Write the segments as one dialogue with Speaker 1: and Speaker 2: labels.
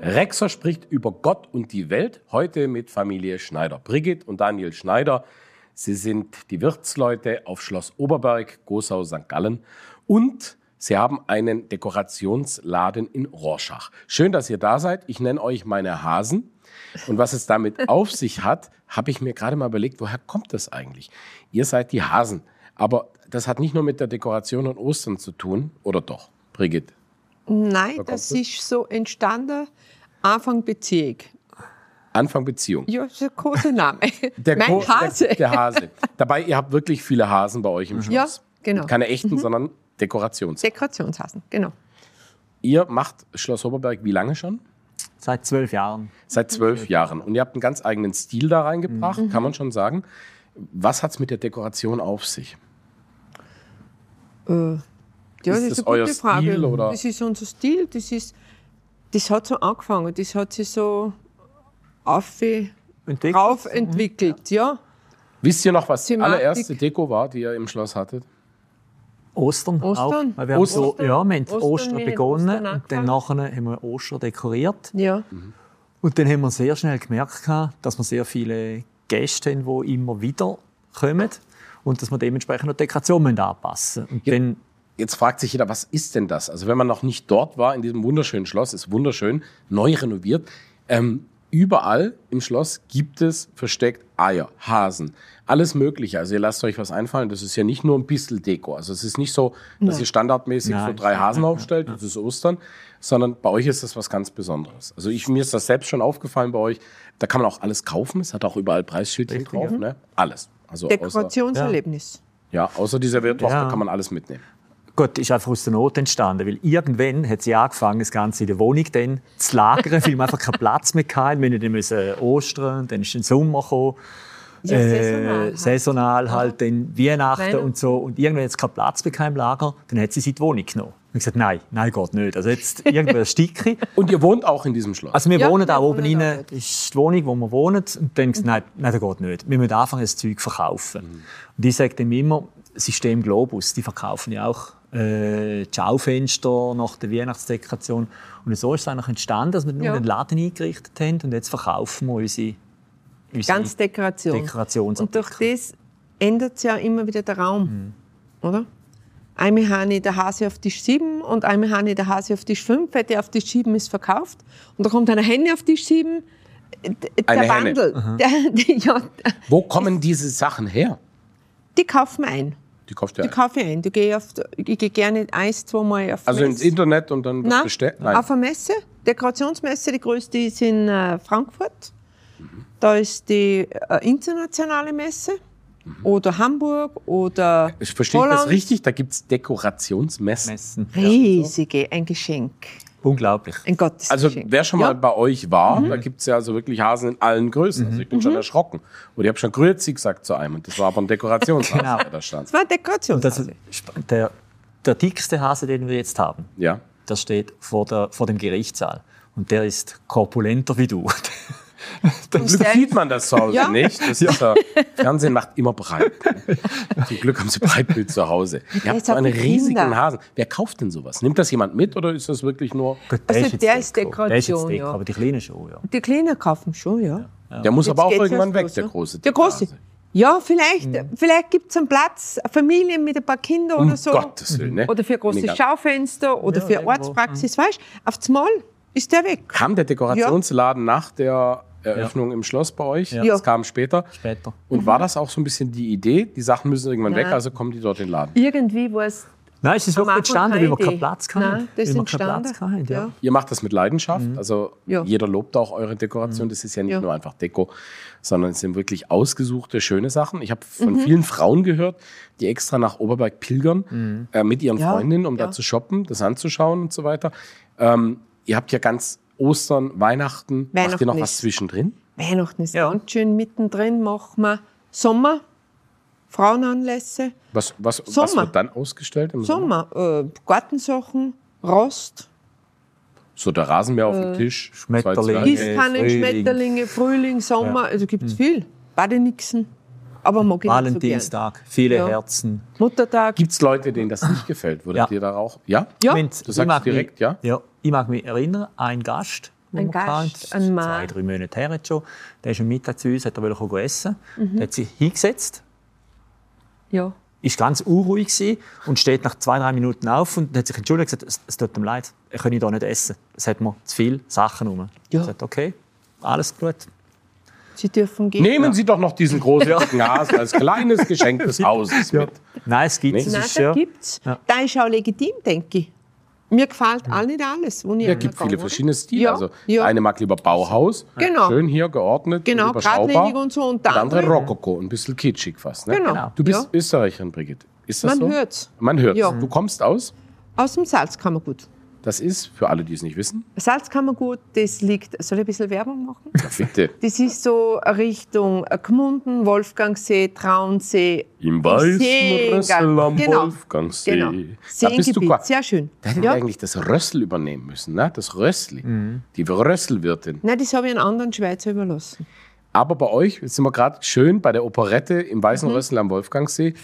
Speaker 1: Rexer spricht über Gott und die Welt, heute mit Familie Schneider. Brigitte und Daniel Schneider, sie sind die Wirtsleute auf Schloss Oberberg, Gosau, St. Gallen und sie haben einen Dekorationsladen in Rorschach. Schön, dass ihr da seid. Ich nenne euch meine Hasen. Und was es damit auf sich hat, habe ich mir gerade mal überlegt, woher kommt das eigentlich? Ihr seid die Hasen. Aber das hat nicht nur mit der Dekoration und Ostern zu tun, oder doch, Brigitte?
Speaker 2: Nein,
Speaker 1: kommt
Speaker 2: das
Speaker 1: es?
Speaker 2: ist so entstanden Anfang Beziehung.
Speaker 1: Anfang Beziehung.
Speaker 2: Ja, das ist ein großer Name. mein
Speaker 1: Ko-
Speaker 2: Hase.
Speaker 1: Der, der Hase. Dabei, ihr habt wirklich viele Hasen bei euch im Schloss.
Speaker 2: Ja, genau.
Speaker 1: Keine echten, sondern Dekorations.
Speaker 2: Dekorationshasen, genau.
Speaker 1: Ihr macht Schloss Oberberg wie lange schon?
Speaker 3: Seit zwölf Jahren.
Speaker 2: Mhm.
Speaker 1: Seit zwölf Jahren. Und ihr habt einen ganz eigenen Stil da reingebracht, kann man schon sagen. Was hat es mit der Dekoration auf sich?
Speaker 2: Äh, ja, das
Speaker 1: das
Speaker 2: ist eine
Speaker 1: euer
Speaker 2: gute Frage.
Speaker 1: Stil, oder?
Speaker 2: Das ist unser Stil, das ist, das hat so angefangen, das hat sich so auf,
Speaker 3: Entdeckt.
Speaker 2: rauf entwickelt, ja.
Speaker 1: Wisst ihr noch, was die
Speaker 2: Thematik.
Speaker 1: allererste Deko war, die ihr im Schloss hattet?
Speaker 3: Ostern,
Speaker 2: Ostern?
Speaker 3: auch. Weil wir
Speaker 1: Ostern.
Speaker 3: Ostern. So, ja, wir haben
Speaker 2: Ostern,
Speaker 3: Ostern,
Speaker 2: wir haben
Speaker 3: begonnen
Speaker 2: Ostern
Speaker 3: und dann nachher haben wir Ostern dekoriert.
Speaker 2: Ja,
Speaker 1: Mhm.
Speaker 3: Und dann haben wir sehr schnell gemerkt, gehabt, dass wir sehr viele Gäste haben, die immer wieder kommen und dass wir dementsprechend noch die Dekoration müssen anpassen müssen. Und dann
Speaker 1: Jetzt fragt sich jeder, was ist denn das? Also wenn man noch nicht dort war, in diesem wunderschönen Schloss, ist wunderschön, neu renoviert. Ähm, überall im Schloss gibt es versteckt Eier, Hasen, alles Mögliche. Also ihr lasst euch was einfallen. Das ist ja nicht nur ein bisschen Deko. Also es ist nicht so, dass ihr standardmäßig
Speaker 3: Nein.
Speaker 1: so drei Hasen aufstellt, das ist Ostern, sondern bei euch ist das was ganz Besonderes. Also ich, mir ist das selbst schon aufgefallen bei euch. Da kann man auch alles kaufen. Es hat auch überall Preisschildchen
Speaker 3: Richtig,
Speaker 1: drauf. Ne? Alles. Also außer,
Speaker 2: Dekorationserlebnis.
Speaker 1: ja, außer dieser Wertwaffe
Speaker 3: Ja.
Speaker 1: kann man alles mitnehmen.
Speaker 3: Gott, ist einfach aus der Not entstanden, weil irgendwann hat sie angefangen, das Ganze in der Wohnung dann zu lagern, weil wir einfach keinen Platz mehr hatten. Wir mussten dann müssen Ostern, dann ist der Sommer gekommen,
Speaker 2: Ja, saisonal halt.
Speaker 3: Äh, saisonal halt, dann Weihnachten
Speaker 2: Weihnachten.
Speaker 3: und so. Und irgendwann hat es keinen Platz mehr gehabt im Lager, dann hat sie sie in die Wohnung genommen. Und gesagt, nein, nein, geht nicht. Also jetzt irgendwann ein Stückchen.
Speaker 1: Und ihr wohnt auch in diesem Schloss.
Speaker 3: Also wir
Speaker 2: Ja,
Speaker 3: wohnen
Speaker 2: wir
Speaker 3: da oben
Speaker 2: wohnen da
Speaker 3: rein, ist die Wohnung, wo wir wohnen. Und dann gesagt, nein, nein, das geht nicht. Wir müssen anfangen, das Zeug verkaufen. Und ich sage dem immer, System Globus, die verkaufen ja auch äh, die Schaufenster nach der Weihnachtsdekoration. Und so ist es eigentlich entstanden, dass wir nur
Speaker 2: Ja.
Speaker 3: einen Laden eingerichtet haben und jetzt verkaufen wir unsere, unsere
Speaker 2: Ganz Dekoration. Und
Speaker 3: Dekorationsartikel.
Speaker 2: durch das ändert sich ja immer wieder der Raum,
Speaker 1: Mhm.
Speaker 2: oder? Einmal habe ich den Hase auf Tisch 7 und einmal habe ich den Hase auf Tisch 5, weil der auf Tisch 7 ist verkauft. Und da kommt eine Henne auf Tisch 7. D-
Speaker 1: Eine
Speaker 2: der
Speaker 1: Henne.
Speaker 2: Wandel, der, die, ja,
Speaker 1: Wo kommen diese Sachen her?
Speaker 2: die kaufen wir ein.
Speaker 1: Die kauft ihr
Speaker 2: Die
Speaker 1: ein.
Speaker 2: kaufe ich ein. Die gehe auf, ich gehe gerne eins, zweimal auf
Speaker 1: Also ins
Speaker 2: Messe.
Speaker 1: Internet und dann wird
Speaker 2: Nein,
Speaker 1: bestellt? Nein.
Speaker 2: auf eine Messe, Dekorationsmesse, die größte ist in äh, Frankfurt. Da ist die äh, internationale Messe oder Hamburg oder
Speaker 1: Mhm. Ich verstehe ich
Speaker 2: Holland.
Speaker 1: das richtig? Da gibt es Dekorationsmessen.
Speaker 3: Messen.
Speaker 2: Riesige, ein Geschenk,
Speaker 3: Unglaublich.
Speaker 2: ein
Speaker 1: Also
Speaker 2: Gottesgeschenk.
Speaker 1: wer schon mal bei euch war,
Speaker 2: Mhm.
Speaker 1: da gibt es ja also wirklich Hasen in allen Größen. Also ich bin schon erschrocken. Und ich habe schon Grüezi gesagt zu einem. Und das war aber ein Dekorationshasen,
Speaker 3: Genau.
Speaker 1: der da stand.
Speaker 2: das war
Speaker 3: Und
Speaker 1: Ah,
Speaker 3: das ist
Speaker 2: Dekoration.
Speaker 3: sp- der, der dickste Hase, den wir jetzt haben.
Speaker 1: Ja.
Speaker 3: der steht vor, der, vor dem Gerichtssaal. Und der ist korpulenter wie du.
Speaker 1: Zum Glück sieht man das zu Hause
Speaker 2: Ja.
Speaker 1: nicht. Das ist ja. Fernsehen macht immer breit. Zum Glück haben sie Breitbild zu Hause. Ihr habt
Speaker 2: Jetzt
Speaker 1: so
Speaker 2: habt
Speaker 1: einen
Speaker 2: ihr
Speaker 1: riesigen
Speaker 2: Kinder.
Speaker 1: Hasen. Wer kauft denn sowas? Nimmt das jemand mit oder ist das wirklich nur...
Speaker 3: Gut,
Speaker 2: Also
Speaker 3: jetzt
Speaker 2: der ist
Speaker 3: Deko. Der ist jetzt
Speaker 2: Dekoration,
Speaker 3: Deko,
Speaker 2: ja.
Speaker 3: aber die kleinen schon, ja.
Speaker 2: Die Kleinen kaufen schon, ja.
Speaker 1: Der muss
Speaker 2: Jetzt
Speaker 1: aber auch
Speaker 2: geht's
Speaker 1: irgendwann
Speaker 2: erst
Speaker 1: weg,
Speaker 2: los,
Speaker 1: der
Speaker 2: ne?
Speaker 1: große
Speaker 2: Der Große.
Speaker 1: Hase.
Speaker 2: Ja, vielleicht, vielleicht gibt es einen Platz, eine Familie mit ein paar Kindern
Speaker 1: Um
Speaker 2: oder so.
Speaker 1: Gottes Willen. Ne?
Speaker 2: Oder für ein
Speaker 1: Mega.
Speaker 2: großes Schaufenster oder für
Speaker 3: irgendwo.
Speaker 2: Ortspraxis, weißt du? Auf das Mal ist der weg.
Speaker 1: Kam der Dekorationsladen nach der Eröffnung im Schloss bei euch?
Speaker 3: Ja.
Speaker 1: Das kam später.
Speaker 3: Später.
Speaker 1: Und
Speaker 2: Mhm.
Speaker 1: war das auch so ein bisschen die Idee? Die Sachen müssen irgendwann weg,
Speaker 2: Nein.
Speaker 1: also kommen die dort in den Laden.
Speaker 2: Irgendwie war es
Speaker 3: Nein, es ist
Speaker 2: Am
Speaker 3: wirklich
Speaker 2: Anfang
Speaker 3: entstanden,
Speaker 2: keine
Speaker 3: weil wir
Speaker 2: Idee.
Speaker 3: keinen Platz hatten.
Speaker 2: Nein, das
Speaker 3: weil wir
Speaker 2: ist
Speaker 3: keinen Platz
Speaker 2: entstanden,
Speaker 3: hatten, ja.
Speaker 2: ja.
Speaker 1: Ihr macht das mit Leidenschaft. Also
Speaker 2: Mhm. Ja. Mhm.
Speaker 1: jeder lobt auch eure Dekoration. Das ist ja nicht
Speaker 2: Ja.
Speaker 1: nur einfach Deko, sondern es sind wirklich ausgesuchte, schöne Sachen. Ich habe von
Speaker 2: Mhm.
Speaker 1: vielen Frauen gehört, die extra nach Oberberg pilgern äh, mit ihren
Speaker 2: Mhm. Ja,
Speaker 1: Freundinnen, um da
Speaker 2: ja.
Speaker 1: zu shoppen, das anzuschauen und so weiter. Ähm, ihr habt ja ganz Ostern, Weihnachten. Macht ihr
Speaker 2: Weihnachten
Speaker 1: noch was
Speaker 2: ist-
Speaker 1: zwischendrin?
Speaker 2: Weihnachten ist
Speaker 3: Ja.
Speaker 2: ganz schön mittendrin, machen wir Sommer, Frauenanlässe,
Speaker 1: Was, was, was
Speaker 2: Sommer.
Speaker 1: wird dann ausgestellt im Sommer?
Speaker 2: Sommer, äh, Gartensachen, Rost,
Speaker 1: So der Rasenmäher auf
Speaker 2: Äh,
Speaker 1: dem Tisch. zwei
Speaker 3: Schmetterlinge.
Speaker 1: Zwerge.
Speaker 3: Äh,
Speaker 2: Gießkannen,
Speaker 3: Frühling.
Speaker 2: Schmetterlinge, Frühling, Sommer, also gibt
Speaker 1: Hm.
Speaker 2: es viel. Badenixen, aber mag ich nicht so gern.
Speaker 3: Valentinstag, viele
Speaker 2: Ja.
Speaker 3: Herzen.
Speaker 2: Muttertag,
Speaker 1: Gibt es Leute, denen das nicht gefällt? Würdet
Speaker 3: Ja.
Speaker 1: ihr da auch? Ja?
Speaker 2: Ja.
Speaker 3: Moment,
Speaker 1: Du sagst direkt,
Speaker 3: mich,
Speaker 1: ja?
Speaker 3: Ich mag mich erinnern, ein Gast, den
Speaker 2: Ein
Speaker 3: wir
Speaker 2: Gast,
Speaker 3: hatten.
Speaker 2: ein Mann.
Speaker 3: Zwei, drei Monate her jetzt schon. Der ist am Mittag zu uns, hat er wollte kommen essen.
Speaker 2: Mhm.
Speaker 3: Der hat sich hingesetzt,
Speaker 2: Ja.
Speaker 3: ist ganz unruhig gewesen und steht nach zwei, drei Minuten auf und hat sich entschuldigt und gesagt, es, es tut ihm leid, er könne hier nicht essen. Es hat mir zu viele Sachen rum.
Speaker 2: Ja.
Speaker 3: Er sagt, okay, alles gut.
Speaker 2: Sie dürfen gehen.
Speaker 1: Nehmen Sie doch noch diesen großen dicken Hasen als kleines Geschenk des Hauses mit.
Speaker 3: Nein, es gibt
Speaker 1: Nee.
Speaker 3: es. es.
Speaker 2: Nein,
Speaker 3: ist,
Speaker 2: da
Speaker 3: ja, Hm.
Speaker 2: gibt's. Da ist auch legitim, denke ich. Mir gefällt auch nicht alles, wo ich
Speaker 1: Ja, Es gibt viele verschiedene Stile.
Speaker 2: Ja,
Speaker 1: also
Speaker 2: ja.
Speaker 1: eine mag lieber Bauhaus,
Speaker 2: Genau.
Speaker 1: schön hier geordnet,
Speaker 2: Genau,
Speaker 1: und überschaubar.
Speaker 2: geradlinig und so. Und
Speaker 1: Der
Speaker 2: der
Speaker 1: andere
Speaker 2: andere-
Speaker 1: Rokoko, ein bisschen kitschig fast. Ne?
Speaker 2: Genau.
Speaker 1: Du bist
Speaker 2: Ja.
Speaker 1: Österreicherin, Brigitte. Ist das
Speaker 2: Man
Speaker 1: so?
Speaker 2: hört's.
Speaker 1: Man hört.
Speaker 2: Ja.
Speaker 1: Du kommst aus.
Speaker 2: Aus dem Salzkammergut.
Speaker 1: Das ist, für alle, die es nicht wissen,
Speaker 2: Salzkammergut, das liegt, soll ich ein bisschen Werbung machen?
Speaker 1: ja, bitte.
Speaker 2: Das ist so Richtung Gmunden, Wolfgangsee, Traunsee.
Speaker 1: Im
Speaker 2: weißen Seegang. Rössel am Genau.
Speaker 1: Wolfgangsee.
Speaker 2: Genau.
Speaker 1: Da Ah, bist du
Speaker 2: Seengebiet,
Speaker 1: quasi.
Speaker 2: sehr schön.
Speaker 1: Da hätten wir
Speaker 2: Ja. Mhm.
Speaker 1: eigentlich das Rössel übernehmen müssen, ne? das Rössli, die Rösselwirtin.
Speaker 2: Nein, das habe ich einen anderen Schweizer überlassen.
Speaker 1: Aber bei euch, jetzt sind wir gerade schön bei der Operette im Weißen Rössel am Wolfgangsee.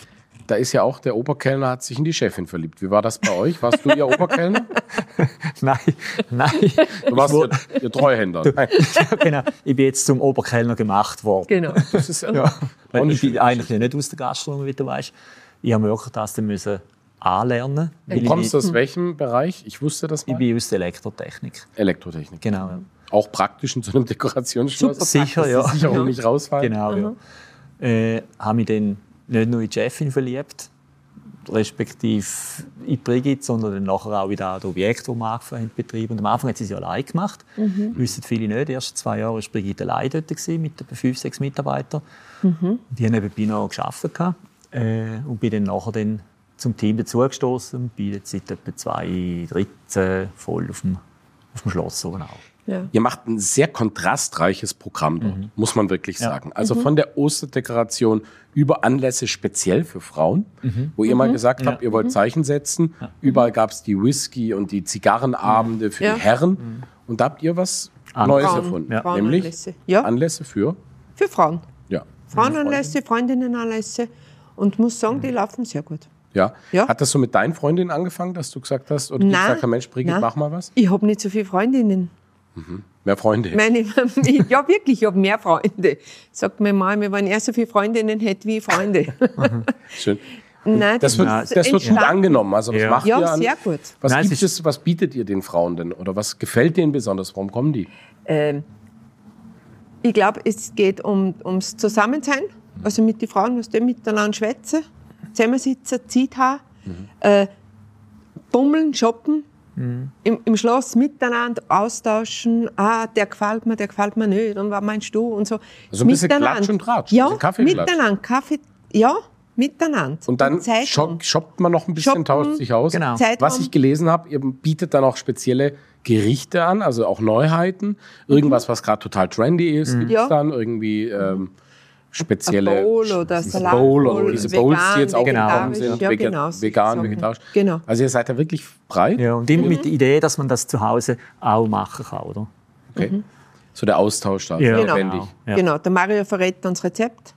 Speaker 1: Da ist ja auch der Oberkellner hat sich in die Chefin verliebt. Wie war das bei euch? Warst du ihr Oberkellner?
Speaker 3: nein, nein.
Speaker 1: Du warst ihr, ihr Treuhänder. Nein,
Speaker 3: genau. Ich bin jetzt zum Oberkellner gemacht worden.
Speaker 2: Genau.
Speaker 1: das ist ja.
Speaker 3: Weil
Speaker 1: Ohne
Speaker 3: ich bin
Speaker 1: Schwierigkeit.
Speaker 3: eigentlich ja nicht aus der Gastronomie, wie du weißt. Ich habe wirklich das dann müssen anlernen. weil
Speaker 1: Du kommst
Speaker 3: ich,
Speaker 1: aus welchem Bereich? Ich wusste das
Speaker 3: ich
Speaker 1: mal.
Speaker 3: bin aus der Elektrotechnik.
Speaker 1: Elektrotechnik.
Speaker 3: Genau. ja.
Speaker 1: Auch praktisch in so einem Dekorationsschloss.
Speaker 3: Super sicher, ja.
Speaker 1: Sicher um nicht rausfallen.
Speaker 3: Genau, ja. Äh, habe mich dann nicht nur in die Chefin verliebt, respektive in Brigitte, sondern dann nachher auch wieder an das Objekt, das wir angefangen haben, zu betreiben. Und am Anfang hat sie es ja allein gemacht. Wissen viele nicht. Die ersten zwei Jahre war Brigitte allein dort gewesen, mit etwa fünf, sechs Mitarbeitern. Die haben nebenbei noch gearbeitet. gehabt. Äh, und bin dann nachher dann zum Team dazugestoßen und bin jetzt seit etwa 2013 voll auf dem, auf dem Schloss. so Genau.
Speaker 2: Ja.
Speaker 1: Ihr macht ein sehr kontrastreiches Programm dort, muss man wirklich sagen. Also von der Osterdekoration über Anlässe speziell für Frauen, wo ihr mal gesagt habt, ihr
Speaker 2: Mhm.
Speaker 1: wollt Zeichen setzen. Überall gab es die Whisky und die Zigarrenabende für
Speaker 2: Ja.
Speaker 1: die Herren. Und da habt ihr was
Speaker 3: An-
Speaker 1: Neues
Speaker 2: Frauen-
Speaker 1: erfunden.
Speaker 2: Ja.
Speaker 1: Nämlich
Speaker 2: Frauenanlässe. Ja.
Speaker 1: Anlässe für
Speaker 2: Für Frauen.
Speaker 1: ja.
Speaker 2: Frauenanlässe, Freundinnenanlässe. Und muss sagen, die laufen sehr gut.
Speaker 1: Ja.
Speaker 2: Ja.
Speaker 1: Hat das so mit deinen Freundinnen angefangen, dass du gesagt hast, oder die
Speaker 2: Na,
Speaker 1: gesagt haben, Mensch, Brigitte,
Speaker 2: na.
Speaker 1: mach mal was?
Speaker 2: Ich habe nicht so viele Freundinnen.
Speaker 1: Mehr Freunde.
Speaker 2: Meine, ja, wirklich, ich habe mehr Freunde. Sagt mir mal, wenn er so viele Freundinnen hätte wie Freunde.
Speaker 1: Schön.
Speaker 2: Nein,
Speaker 1: Das wird, das
Speaker 2: ist
Speaker 1: wird gut
Speaker 2: entstanden.
Speaker 1: angenommen. Also, was
Speaker 3: Ja.
Speaker 1: macht
Speaker 2: Ja,
Speaker 1: ihr an,
Speaker 2: sehr gut.
Speaker 1: Was,
Speaker 3: Nein, es
Speaker 1: gibt
Speaker 3: ist-
Speaker 1: es, was bietet ihr den Frauen denn? Oder was gefällt denen besonders? Warum kommen die?
Speaker 2: Ähm, ich glaube, es geht um, ums Zusammensein. Also mit den Frauen, was die miteinander schwätzen, zusammensitzen, Zeit haben,
Speaker 1: Mhm.
Speaker 2: äh, bummeln, shoppen,
Speaker 1: Mhm.
Speaker 2: im, im Schloss miteinander austauschen. Ah, der gefällt mir, der gefällt mir nicht. Und was meinst du? Und so.
Speaker 1: Also ein bisschen Klatsch und Tratsch, also ein
Speaker 2: Ja,
Speaker 1: bisschen Kaffeeklatsch.
Speaker 2: miteinander. Kaffee, ja, miteinander.
Speaker 1: Und dann
Speaker 2: Zeitung.
Speaker 1: shop, shoppt man noch ein bisschen,
Speaker 2: Shoppen,
Speaker 1: tauscht sich aus.
Speaker 3: genau.
Speaker 2: Zeitraum.
Speaker 1: Was ich gelesen habe, ihr bietet dann auch spezielle Gerichte an, also auch Neuheiten. Irgendwas, was gerade total trendy
Speaker 3: Mhm.
Speaker 1: ist, gibt es
Speaker 2: Ja.
Speaker 1: dann irgendwie ähm, spezielle
Speaker 2: Ein Bowl oder
Speaker 1: diese
Speaker 2: Salat-
Speaker 1: Bowl oder
Speaker 2: Bowl,
Speaker 1: diese
Speaker 2: vegan,
Speaker 1: Bowls, die jetzt auch
Speaker 2: vegetarisch,
Speaker 1: gekommen sind,
Speaker 2: ja,
Speaker 1: vega-
Speaker 2: genau, solche
Speaker 1: vegan,
Speaker 2: Sachen.
Speaker 1: vegetarisch.
Speaker 2: Genau.
Speaker 1: Also ihr seid da wirklich breit.
Speaker 3: Ja, und immer mit der Idee, dass man das zu Hause auch machen kann, oder?
Speaker 1: Okay. So der Austausch da,
Speaker 3: Ja.
Speaker 1: ja.
Speaker 2: Mhm. Genau.
Speaker 1: lebendig.
Speaker 3: Ja.
Speaker 2: Genau, der Mario verrät uns Rezept.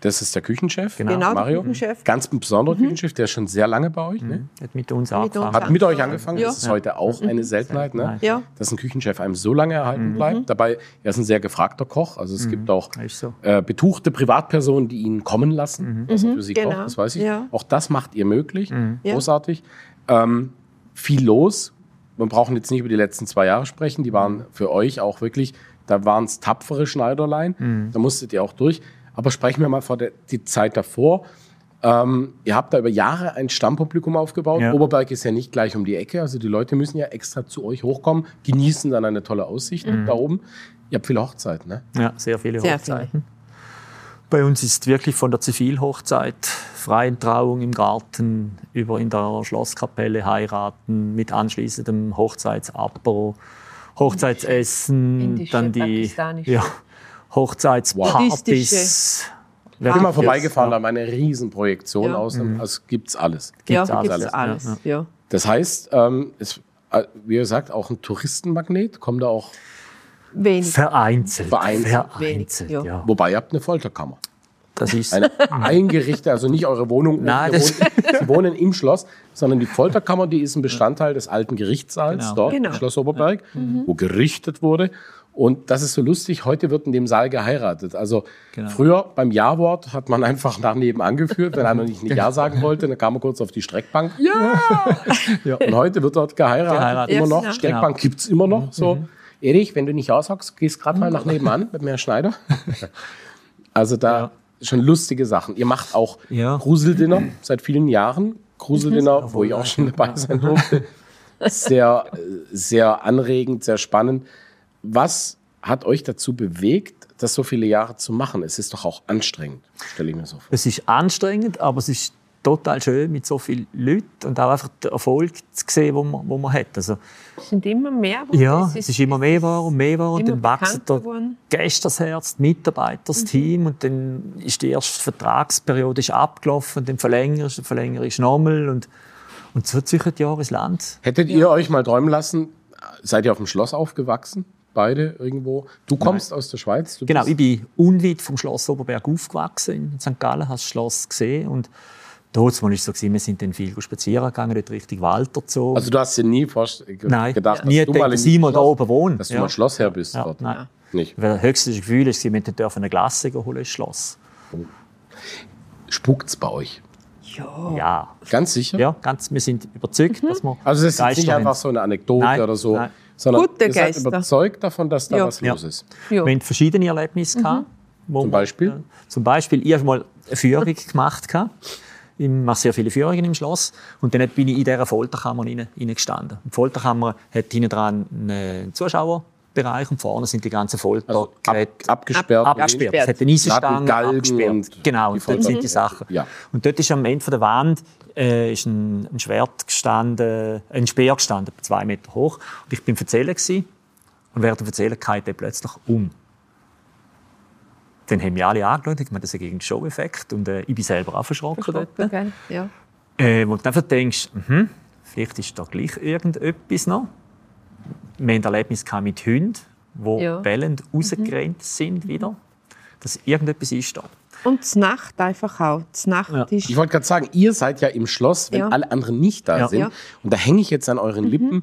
Speaker 1: Das ist der Küchenchef,
Speaker 3: Genau.
Speaker 2: Genau, der
Speaker 1: Mario.
Speaker 2: Küchenchef.
Speaker 1: Ganz ein besonderer
Speaker 2: Mhm.
Speaker 1: Küchenchef, der ist schon sehr lange bei euch. Ne?
Speaker 3: Hat mit uns
Speaker 2: Hm? uns
Speaker 3: angefangen.
Speaker 1: Hat mit euch angefangen,
Speaker 2: Ja. Mhm.
Speaker 1: das ist heute auch eine Seltenheit, ne?
Speaker 3: Seltenheit.
Speaker 2: Ja.
Speaker 1: dass ein Küchenchef einem so lange erhalten bleibt. Dabei, er ist ein sehr gefragter Koch, also es gibt auch
Speaker 3: Ist so. Mhm.
Speaker 1: äh, betuchte Privatpersonen, die ihn kommen lassen, was er für sie
Speaker 2: Genau.
Speaker 1: kocht, das weiß ich.
Speaker 2: Ja.
Speaker 1: Auch das macht ihr möglich,
Speaker 2: Ja.
Speaker 1: großartig. Ähm, viel los, wir brauchen jetzt nicht über die letzten zwei Jahre sprechen, die waren für euch auch wirklich, da waren es tapfere Schneiderlein,
Speaker 3: Mhm.
Speaker 1: da musstet ihr auch durch. Aber sprechen wir mal vor der die Zeit davor. Ähm, ihr habt da über Jahre ein Stammpublikum aufgebaut.
Speaker 3: Ja.
Speaker 1: Oberberg ist ja nicht gleich um die Ecke. Also die Leute müssen ja extra zu euch hochkommen, genießen dann eine tolle Aussicht
Speaker 3: Mhm.
Speaker 1: da oben. Ihr habt viele Hochzeiten, ne?
Speaker 3: Ja, sehr viele
Speaker 2: Sehr
Speaker 3: Hochzeiten. Bei uns ist wirklich von der Zivilhochzeit, freien Trauung im Garten, über in der Schlosskapelle heiraten, mit anschließendem Hochzeitsapero, Hochzeitsessen,
Speaker 2: Indische,
Speaker 3: dann die
Speaker 2: pakistanische.
Speaker 3: ja, Hochzeitspartys.
Speaker 2: Buddhistische.
Speaker 1: Ich bin mal
Speaker 3: Wirklich,
Speaker 1: vorbeigefahren,
Speaker 3: ja.
Speaker 1: da war eine Riesenprojektion
Speaker 2: Ja.
Speaker 1: aus. Also gibt's alles.
Speaker 2: Ja, gibt's
Speaker 3: Gibt's alles,
Speaker 2: alles.
Speaker 3: ja,
Speaker 2: Ja.
Speaker 1: Das heißt, ähm, es, äh, wie ihr sagt, auch ein Touristenmagnet. Kommen da auch,
Speaker 2: Wenig.
Speaker 3: Vereinzelt.
Speaker 1: Vereinzelt.
Speaker 3: Vereinzelt,
Speaker 2: Wenig, ja.
Speaker 3: ja.
Speaker 1: wobei ihr habt eine Folterkammer.
Speaker 3: Das ist
Speaker 1: Eine eingerichtete, also nicht eure Wohnung.
Speaker 3: Nein,
Speaker 1: ihr
Speaker 3: das-
Speaker 1: wohnt, Sie wohnen im Schloss, sondern die Folterkammer, die ist ein Bestandteil des alten Gerichtssaals
Speaker 3: Genau. Mhm.
Speaker 1: dort
Speaker 2: Genau.
Speaker 1: im Schloss Oberberg, wo gerichtet wurde. Und das ist so lustig, heute wird in dem Saal geheiratet. Also
Speaker 3: Genau.
Speaker 1: früher beim Ja-Wort hat man einfach nach nebenan geführt, wenn einer nicht ein
Speaker 3: Genau.
Speaker 1: Ja sagen wollte, dann kam man kurz auf die Streckbank. Ja! Und heute wird dort geheiratet,
Speaker 3: Geheiratet. Mhm.
Speaker 1: immer noch.
Speaker 2: Ja, genau.
Speaker 1: Streckbank gibt's immer noch. So, Erich, wenn du nicht aushockst, gehst gerade mal nach nebenan mit dem Herrn Schneider. Also da
Speaker 3: Ja.
Speaker 1: schon lustige Sachen. Ihr macht auch
Speaker 3: Ja.
Speaker 1: Gruseldinner seit vielen Jahren. Gruseldinner, wo ich auch schon dabei sein durfte. Sehr, äh, sehr anregend, sehr spannend. Was hat euch dazu bewegt, das so viele Jahre zu machen? Es ist doch auch anstrengend, stelle ich mir so vor.
Speaker 3: Es ist anstrengend, aber es ist total schön mit so vielen Leuten und auch einfach den Erfolg zu sehen, den man, den man hat. Also,
Speaker 2: Es sind immer mehr. wo-
Speaker 3: ja, es ist immer mehr war und mehr war und
Speaker 2: immer
Speaker 3: dann wächst
Speaker 2: bekannter
Speaker 3: der
Speaker 2: geworden. Mhm.
Speaker 3: Gäste das Herz, die Mitarbeiter, das Team und dann ist die erste Vertragsperiode ist abgelaufen, und dann verlängerst du, verlängerst du nochmal und, und so züchert die Jahre ins Land.
Speaker 1: Hättet ihr euch mal träumen lassen, seid ihr auf dem Schloss aufgewachsen? Beide irgendwo? Du kommst aus der Schweiz. Du
Speaker 3: Genau,
Speaker 1: bist-
Speaker 3: ich bin unweit vom Schloss Oberberg aufgewachsen in St. Gallen, hast das Schloss gesehen und Damals war es so, gewesen, wir sind dann viel spazieren gegangen, dort Richtung Walter gezogen.
Speaker 1: Also du hast dir nie vorst- ge-
Speaker 3: Nein,
Speaker 1: gedacht,
Speaker 3: nie
Speaker 1: dass du mal
Speaker 3: gedacht,
Speaker 1: in
Speaker 3: dass ich mal da oben wohne.
Speaker 1: dass du
Speaker 3: Ja.
Speaker 1: mal Schlossherr bist
Speaker 3: ja,
Speaker 1: dort.
Speaker 3: nein.
Speaker 1: Nicht.
Speaker 3: Weil das höchste Gefühl ist, wir dürfen eine Glasse holen ins Schloss.
Speaker 1: Spukt's bei euch?
Speaker 2: Ja.
Speaker 3: Ja,
Speaker 1: Ganz sicher?
Speaker 3: ja ganz, wir sind überzeugt, dass wir
Speaker 1: Also das ist jetzt
Speaker 3: Geister
Speaker 1: nicht
Speaker 3: haben.
Speaker 1: einfach so eine Anekdote
Speaker 3: Nein,
Speaker 1: oder so,
Speaker 3: nein.
Speaker 1: sondern
Speaker 2: Gute
Speaker 1: ihr seid
Speaker 2: Geister.
Speaker 1: überzeugt davon, dass da
Speaker 2: Ja.
Speaker 1: was
Speaker 3: Ja.
Speaker 1: los ist.
Speaker 2: ja.
Speaker 3: Wir hatten verschiedene Erlebnisse. Gehabt, wo
Speaker 1: Zum
Speaker 3: wir,
Speaker 1: Beispiel?
Speaker 3: äh, zum Beispiel, ich habe mal eine Führung gemacht. Gehabt. Ich mache sehr viele Führungen im Schloss. Und dann bin ich in dieser Folterkammer hinein- hineingestanden. Die Folterkammer hat hinten dran einen Zuschauerbereich und vorne sind die ganzen
Speaker 1: Also ab,
Speaker 3: Foltergeräte
Speaker 1: abgesperrt.
Speaker 3: abgesperrt. Es hat eine Eisenstange
Speaker 1: Lattengalgen
Speaker 3: abgesperrt.
Speaker 1: und-
Speaker 3: Genau, und dort sind die Sachen.
Speaker 1: Ja.
Speaker 3: Und dort ist am Ende der Wand äh, ist ein, ein Schwert gestanden, ein Speer gestanden, etwa zwei Meter hoch. Und ich bin verzählen gewesen. und während dem Verzählen kehrt er plötzlich um. Dann haben mich alle angeschaut, ich meine, das ist gegen Show-Effekt und äh, ich bin selber auch verschrocken dort.
Speaker 2: Verstanden, gell? Ja.
Speaker 3: Äh, wo du einfach denkst, mhm, vielleicht ist da gleich irgendetwas noch. Wir haben Erlebnis gehabt mit Hunden, die
Speaker 2: Ja.
Speaker 3: bellend rausgerannt sind wieder, dass irgendetwas ist da.
Speaker 2: Und zur Nacht einfach auch. Zur Nacht
Speaker 3: Ja.
Speaker 2: ist
Speaker 1: Ich wollte gerade sagen, ihr seid ja im Schloss, wenn
Speaker 2: Ja.
Speaker 1: alle anderen nicht da
Speaker 3: Ja.
Speaker 1: sind.
Speaker 2: Ja. Mhm.
Speaker 1: Und da hänge ich jetzt an euren Lippen.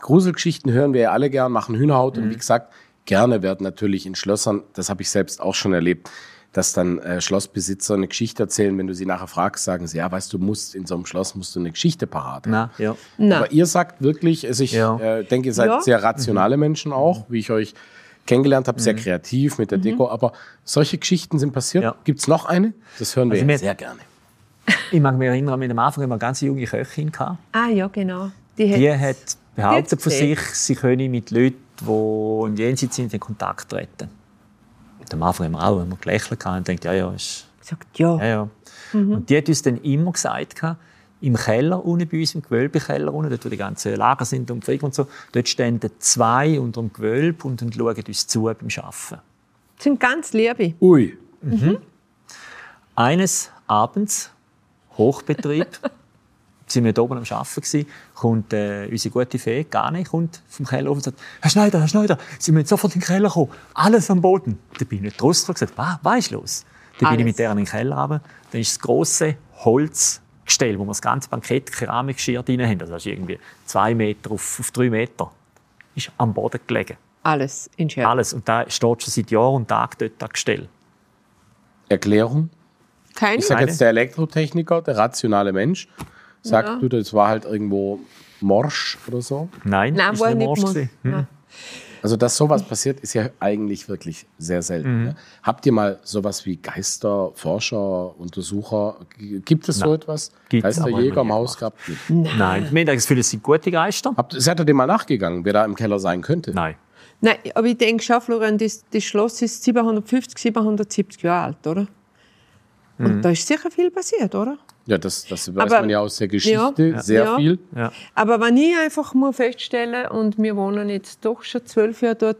Speaker 1: Gruselgeschichten hören wir ja alle gern, machen Hühnerhaut.
Speaker 2: Mhm.
Speaker 1: Und wie gesagt, gerne werden natürlich in Schlössern, das habe ich selbst auch schon erlebt, dass dann äh, Schlossbesitzer eine Geschichte erzählen. Wenn du sie nachher fragst, sagen sie, ja, weißt du, musst in so einem Schloss musst du eine Geschichte parat haben.
Speaker 3: Na, ja.
Speaker 2: Nein.
Speaker 1: Aber ihr sagt wirklich, also ich
Speaker 3: Ja. Mhm.
Speaker 1: äh, denke, ihr seid
Speaker 2: Ja.
Speaker 1: sehr rationale Menschen auch, wie ich euch kennengelernt habe, sehr kreativ mit der Deko. Aber solche Geschichten sind passiert.
Speaker 3: Ja.
Speaker 1: Gibt's noch eine? Das hören wir jetzt
Speaker 3: Also mir-
Speaker 1: sehr gerne.
Speaker 3: Ich mag mich erinnern, mit am Anfang immer eine ganz junge Köchin gehabt.
Speaker 2: Ah ja, genau. Die
Speaker 3: Die
Speaker 2: hat-
Speaker 3: hat behauptet von
Speaker 2: gesehen.
Speaker 3: sich, sie könne mit Leuten, die im Jenseits sind, in Kontakt treten. Und am Anfang haben wir auch immer gelächelt gehabt und denkt, ja, ja, ist
Speaker 2: gesagt, ja.
Speaker 3: Ja, ja. Und die hat uns dann immer gesagt, gehabt, im Keller unten bei uns, im Gewölbekeller unten, dort wo die ganzen Lager sind und Krieg und so, dort stehen zwei unter dem Gewölbe und, und schauen uns zu beim Arbeiten.
Speaker 2: Sind ganz liebe.
Speaker 1: Ui.
Speaker 3: Eines Abends, Hochbetrieb, sind wir da oben am Arbeiten gewesen, kommt äh, unsere gute Fee, Gane, kommt vom Keller auf und sagt, Herr Schneider, Herr Schneider, Sie müssen sofort in den Keller kommen, alles am Boden. Da bin ich nicht raus und gesagt, was, was ist los? Dann bin
Speaker 2: Alles.
Speaker 3: ich mit der in den Keller runter, dann ist das grosse Holzgestell, wo wir das ganze Bankett Keramikschirr drin haben, also das ist irgendwie zwei Meter auf, auf drei Meter, ist am Boden gelegen.
Speaker 2: Alles in Scherz.
Speaker 3: Alles. Und da steht schon seit Jahr und Tag dort das Gestell.
Speaker 1: Erklärung?
Speaker 2: Keine
Speaker 1: Ich sage
Speaker 3: Keine.
Speaker 1: jetzt der Elektrotechniker, der rationale Mensch, sagt, du, das war halt irgendwo Morsch oder so.
Speaker 3: Nein,
Speaker 2: Nein,
Speaker 3: ist
Speaker 2: war
Speaker 3: nicht
Speaker 2: nicht
Speaker 3: Morsch
Speaker 2: muss.
Speaker 3: gewesen. Hm.
Speaker 2: Nein.
Speaker 1: Also, dass sowas passiert, ist ja eigentlich wirklich sehr
Speaker 3: Mhm.
Speaker 1: selten. Ne? Habt ihr mal sowas wie Geister, Forscher, Untersucher? G- Gibt es so etwas?
Speaker 3: Gibt's, aber haben
Speaker 1: Geisterjäger
Speaker 3: wir
Speaker 1: im
Speaker 3: nie
Speaker 1: Haus gehabt? Nicht.
Speaker 3: Nein, ich meine, das Gefühl, es sind gute Geister.
Speaker 1: Habt, seid ihr dem mal nachgegangen, wer da im Keller sein könnte?
Speaker 3: Nein.
Speaker 2: Nein, aber ich denke schon, Florian, das, das Schloss ist 750, 770 Jahre alt, oder? Und
Speaker 3: Mhm.
Speaker 2: da ist sicher viel passiert, oder?
Speaker 1: Ja, das, das weiß
Speaker 2: Aber-
Speaker 1: man ja aus der Geschichte
Speaker 2: Ja.
Speaker 1: sehr
Speaker 2: Ja.
Speaker 1: viel.
Speaker 3: Ja.
Speaker 2: Aber wenn ich einfach mal feststelle, und wir wohnen jetzt doch schon zwölf Jahre dort,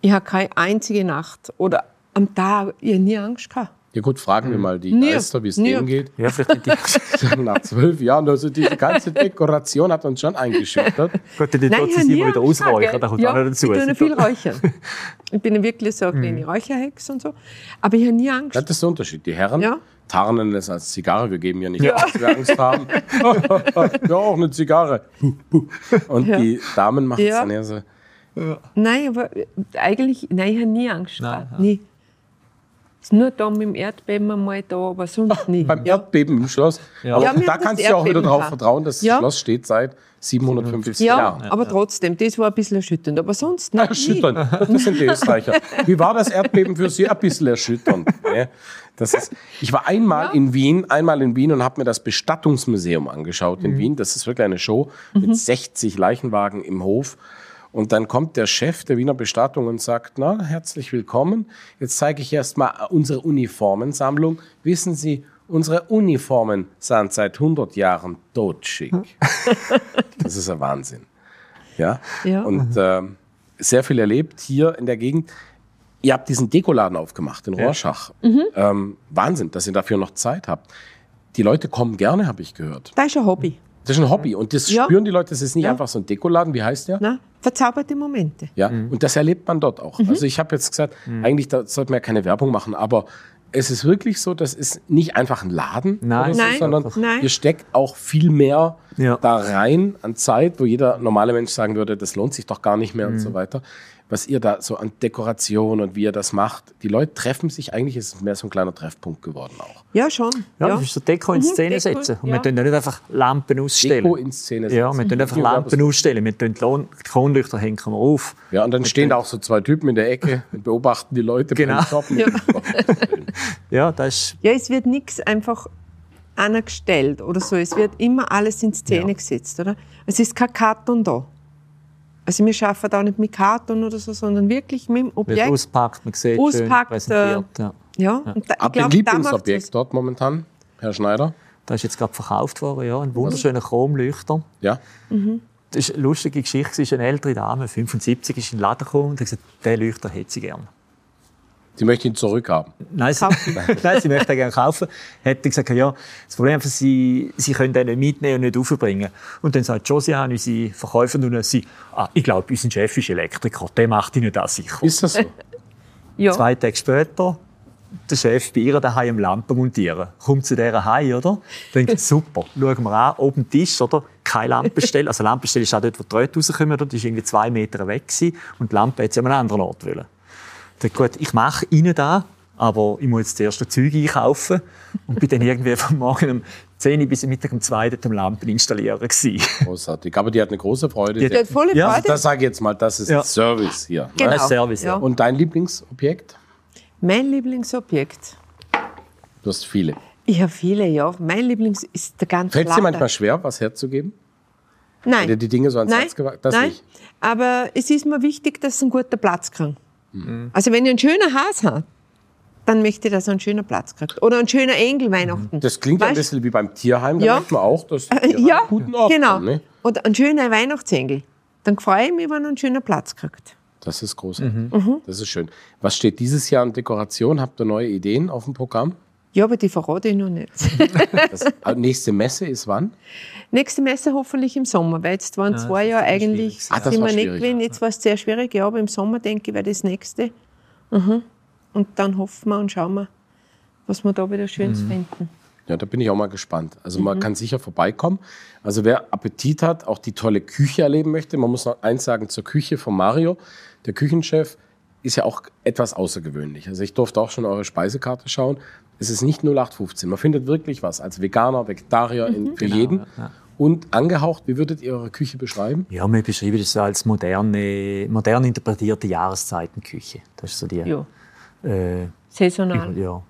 Speaker 2: ich habe keine einzige Nacht oder am Tag, ich habe nie Angst gehabt.
Speaker 1: Ja gut, fragen
Speaker 3: Mhm.
Speaker 1: wir mal die
Speaker 2: Nee.
Speaker 1: Geister, wie es
Speaker 2: Nee.
Speaker 1: denen geht.
Speaker 3: Ja, vielleicht nicht die,
Speaker 1: Nach zwölf Jahren, also diese ganze Dekoration hat uns schon eingeschüchtert.
Speaker 3: Gott, die Dotze sind immer wieder ausräuchern, da kommt
Speaker 2: ja,
Speaker 3: auch noch dazu. also. Mhm.
Speaker 2: Ich
Speaker 3: Es
Speaker 2: tue noch
Speaker 3: sind
Speaker 2: viel räuchern. Ich bin ja wirklich so eine kleine Räucherhex und so. Aber ich habe nie Angst.
Speaker 1: Das ist der Unterschied. Die Herren
Speaker 2: Ja.
Speaker 1: tarnen es als Zigarre. Wir geben ja nicht auf, dass wir Angst haben. ja, auch eine Zigarre. Und
Speaker 2: Ja.
Speaker 1: die Damen machen es
Speaker 2: Ja.
Speaker 1: dann eher so.
Speaker 2: Nein, aber äh, eigentlich, nein, ich habe nie Angst
Speaker 3: Nein,
Speaker 2: gehabt. Nie. Ist nur da mit dem Erdbeben einmal da, aber sonst nie.
Speaker 1: Beim
Speaker 2: ja.
Speaker 1: Erdbeben im Schloss.
Speaker 3: Ja.
Speaker 1: Aber
Speaker 2: Ja, mir
Speaker 1: da
Speaker 2: hat das
Speaker 1: kannst du ja auch wieder
Speaker 2: Erdbeben
Speaker 1: darauf
Speaker 2: gefallen.
Speaker 1: vertrauen, dass das
Speaker 2: Ja.
Speaker 1: Schloss steht seit 750
Speaker 2: Ja,
Speaker 3: genau.
Speaker 1: Jahren.
Speaker 2: aber trotzdem, das war ein bisschen erschütternd. Aber sonst nein,
Speaker 1: Erschütternd. Das sind die Österreicher. Wie war das Erdbeben für Sie? Ein bisschen erschütternd. ne? Das ist, ich war einmal in Wien, einmal in Wien und habe mir das Bestattungsmuseum angeschaut in Wien. Das ist wirklich eine Show mit 60 Leichenwagen im Hof. Und dann kommt der Chef der Wiener Bestattung und sagt, na, herzlich willkommen. Jetzt zeige ich erst mal unsere Uniformensammlung. Wissen Sie, unsere Uniformen sind seit 100 Jahren totschick. Das ist ein Wahnsinn. Ja.
Speaker 2: Ja. Mhm.
Speaker 1: Und ähm, sehr viel erlebt hier in der Gegend. Ihr habt diesen Dekoladen aufgemacht in Rorschach.
Speaker 2: Mhm.
Speaker 1: Ähm, Wahnsinn, dass ihr dafür noch Zeit habt. Die Leute kommen gerne, habe ich gehört.
Speaker 2: Da ist ein Hobby.
Speaker 1: Das ist ein Hobby und das
Speaker 2: Ja.
Speaker 1: spüren die Leute. Das ist nicht
Speaker 2: Ja.
Speaker 1: einfach so ein Dekoladen. Wie heißt der?
Speaker 2: Na, verzauberte ne? Momente.
Speaker 1: Ja.
Speaker 3: Mhm.
Speaker 1: Und das erlebt man dort auch. Also ich habe jetzt gesagt, eigentlich da sollte man ja keine Werbung machen, aber es ist wirklich so, das ist nicht einfach ein Laden,
Speaker 3: Nein.
Speaker 1: oder so,
Speaker 2: Nein,
Speaker 1: sondern
Speaker 2: nein.
Speaker 1: ihr steckt auch viel mehr
Speaker 3: Ja.
Speaker 1: da rein an Zeit, wo jeder normale Mensch sagen würde, das lohnt sich doch gar nicht mehr und
Speaker 3: Mhm.
Speaker 1: so weiter. Was ihr da so an Dekoration und wie ihr das macht, die Leute treffen sich eigentlich, es ist mehr so ein kleiner Treffpunkt geworden auch.
Speaker 2: Ja, schon.
Speaker 3: Ja,
Speaker 2: Ja,
Speaker 3: das ist so Deko in
Speaker 2: Mhm,
Speaker 3: Szene
Speaker 2: Deko,
Speaker 3: setzen. Und wir
Speaker 2: ja.
Speaker 3: tun ja nicht einfach Lampen ausstellen.
Speaker 1: Deko in Szene
Speaker 3: ja, wir
Speaker 1: setzen.
Speaker 3: tun einfach
Speaker 1: Die
Speaker 3: Lampen
Speaker 1: Werbes-
Speaker 3: ausstellen. Wir tun die Lohn- die Kronleuchter hängen wir auf.
Speaker 1: Ja, und dann stehen da auch so zwei Typen in der Ecke und beobachten die Leute
Speaker 3: Genau.
Speaker 1: beim Shoppen.
Speaker 3: Ja, das ist
Speaker 2: Ja, es wird nichts einfach angestellt oder so. Es wird immer alles in Szene gesetzt, oder? Es ist kein Karton da. Also wir schaffen da nicht mit Karton oder so, sondern wirklich mit dem
Speaker 3: wird
Speaker 2: Objekt.
Speaker 3: auspackt, man sieht schön
Speaker 2: Auspackt,
Speaker 3: präsentiert. Ja.
Speaker 2: ja, und da,
Speaker 1: Habt ihr ein
Speaker 2: glaub, da macht's was.
Speaker 1: Lieblingsobjekt dort momentan, Herr Schneider?
Speaker 3: Das ist jetzt gerade verkauft worden, ja. Ein wunderschöner Chromleuchter.
Speaker 1: Ja.
Speaker 3: Das ist eine lustige Geschichte. Es ist eine ältere Dame, 75, ist in den Laden gekommen und hat gesagt, den Leuchter hätte sie gerne.
Speaker 1: Sie möchte ihn zurückhaben.
Speaker 3: Nein, sie, nein, sie möchte den gerne kaufen. Hätte gesagt, ja, das Problem ist, sie, sie können den nicht mitnehmen und nicht aufbringen. Und dann sagt Josie an unsere Verkäuferin, und sie, ah, ich glaube, unser Chef ist Elektriker, der macht ihnen das sicher.
Speaker 1: Ist das so?
Speaker 2: Ja.
Speaker 3: Zwei Tage später, der Chef bei ihr daheim Lampen montieren. Kommt zu dieser heim, oder? Denkt, super, schauen wir an, oben Tisch, oder? Keine Lampenstelle. Also, Lampenstelle ist auch dort, wo die Leute rauskommen, oder? Die ist irgendwie zwei Meter weg gewesen, und die Lampe hätte sie an einem anderen Ort wollen. Dann, gut, ich mache Ihnen da, aber ich muss jetzt zuerst die Zeug einkaufen und bin dann irgendwie von morgen um 10 Uhr bis am Mittag um 2 Uhr dort am Lampen installieren gewesen.
Speaker 1: Großartig. Aber die hat eine große Freude.
Speaker 2: Die hat volle
Speaker 3: Ja,
Speaker 2: Freude.
Speaker 1: das sage ich jetzt mal, das ist
Speaker 3: Ja.
Speaker 1: Service hier. ne?
Speaker 2: Genau.
Speaker 3: Das ist Service, ja.
Speaker 1: Und dein Lieblingsobjekt?
Speaker 2: Mein Lieblingsobjekt.
Speaker 1: Du hast viele.
Speaker 2: Ich habe viele, ja. Mein Lieblings ist der ganze
Speaker 1: Fällt es dir
Speaker 2: Laden.
Speaker 1: manchmal schwer, was herzugeben?
Speaker 2: Nein.
Speaker 1: Wenn dir die Dinge so ans
Speaker 2: Nein,
Speaker 1: Herz gewagt Das
Speaker 2: nein.
Speaker 1: nicht.
Speaker 2: Aber es ist mir wichtig, dass es einen guten Platz kriegt.
Speaker 1: Mhm.
Speaker 2: Also wenn ich einen schönen Haas habe, dann möchte ich, dass er einen schönen Platz kriegt. Oder einen schönen Engel Weihnachten.
Speaker 1: Mhm. Das klingt ja ein
Speaker 2: Weißt-
Speaker 1: bisschen wie beim Tierheim. Da
Speaker 2: Ja.
Speaker 1: merkt man auch, dass die Tiere
Speaker 2: Ja,
Speaker 1: einen guten Ort
Speaker 2: genau.
Speaker 1: haben, ne?
Speaker 2: Oder einen schönen Weihnachtsengel. Dann freue ich mich, wenn er einen schönen Platz kriegt.
Speaker 1: Das ist großartig.
Speaker 2: Mhm.
Speaker 1: Das ist schön. Was steht dieses Jahr an Dekoration? Habt ihr neue Ideen auf dem Programm?
Speaker 2: Ja, aber die verrate ich noch nicht.
Speaker 1: Das, äh, nächste Messe ist wann?
Speaker 2: Nächste Messe hoffentlich im Sommer, weil jetzt waren zwei Jahre eigentlich
Speaker 1: Ah, das
Speaker 2: sind
Speaker 1: war
Speaker 2: wir nicht
Speaker 1: schwierig.
Speaker 2: gewesen. Jetzt war es sehr schwierig, ja, aber im Sommer denke ich, wäre das nächste. Mhm. Und dann hoffen wir und schauen wir, was wir da wieder Schönes finden.
Speaker 1: Ja, da bin ich auch mal gespannt. Also man kann sicher vorbeikommen. Also wer Appetit hat, auch die tolle Küche erleben möchte, man muss noch eins sagen zur Küche von Mario. Der Küchenchef ist ja auch etwas außergewöhnlich. Also ich durfte auch schon eure Speisekarte schauen. Es ist nicht 0815. Man findet wirklich was als Veganer, Vegetarier in, für jeden. Und angehaucht, wie würdet ihr eure Küche beschreiben?
Speaker 3: Ja, wir beschreiben das als moderne, modern interpretierte Jahreszeitenküche. Das ist so die.
Speaker 2: Ja,
Speaker 3: Äh,
Speaker 2: saisonal.
Speaker 3: ja.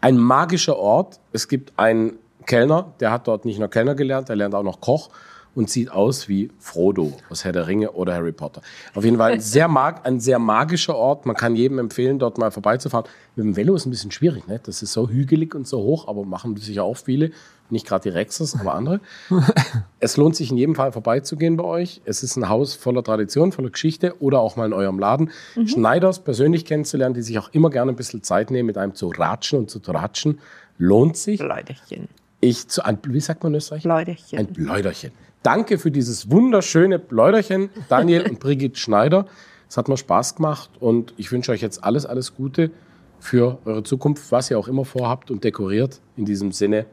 Speaker 1: ein magischer Ort. Es gibt einen Kellner, der hat dort nicht nur Kellner gelernt, der lernt auch noch Koch. und sieht aus wie Frodo aus Herr der Ringe oder Harry Potter. Auf jeden Fall ein sehr, mag, ein sehr magischer Ort. Man kann jedem empfehlen, dort mal vorbeizufahren. Mit dem Velo ist ein bisschen schwierig. Ne? Das ist so hügelig und so hoch, aber machen sicher auch viele. Nicht gerade die Rexers, aber andere. es lohnt sich in jedem Fall vorbeizugehen bei euch. Es ist ein Haus voller Tradition, voller Geschichte oder auch mal in eurem Laden. Schneiders persönlich kennenzulernen, die sich auch immer gerne ein bisschen Zeit nehmen, mit einem zu ratschen und zu tratschen, lohnt sich.
Speaker 2: Bläuderchen.
Speaker 1: Ich zu, ein, wie sagt man in Österreich?
Speaker 2: Bläuderchen.
Speaker 1: Ein Bläuderchen. Danke für dieses wunderschöne Bläuderchen, Daniel und Brigitte Schneider. Es hat mir Spaß gemacht und ich wünsche euch jetzt alles, alles Gute für eure Zukunft, was ihr auch immer vorhabt und dekoriert. In diesem Sinne,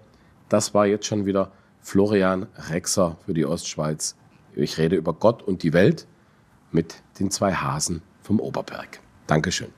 Speaker 1: das war jetzt schon wieder Florian Rexer für die Ostschweiz. Ich rede über Gott und die Welt mit den zwei Hasen vom Oberberg. Dankeschön.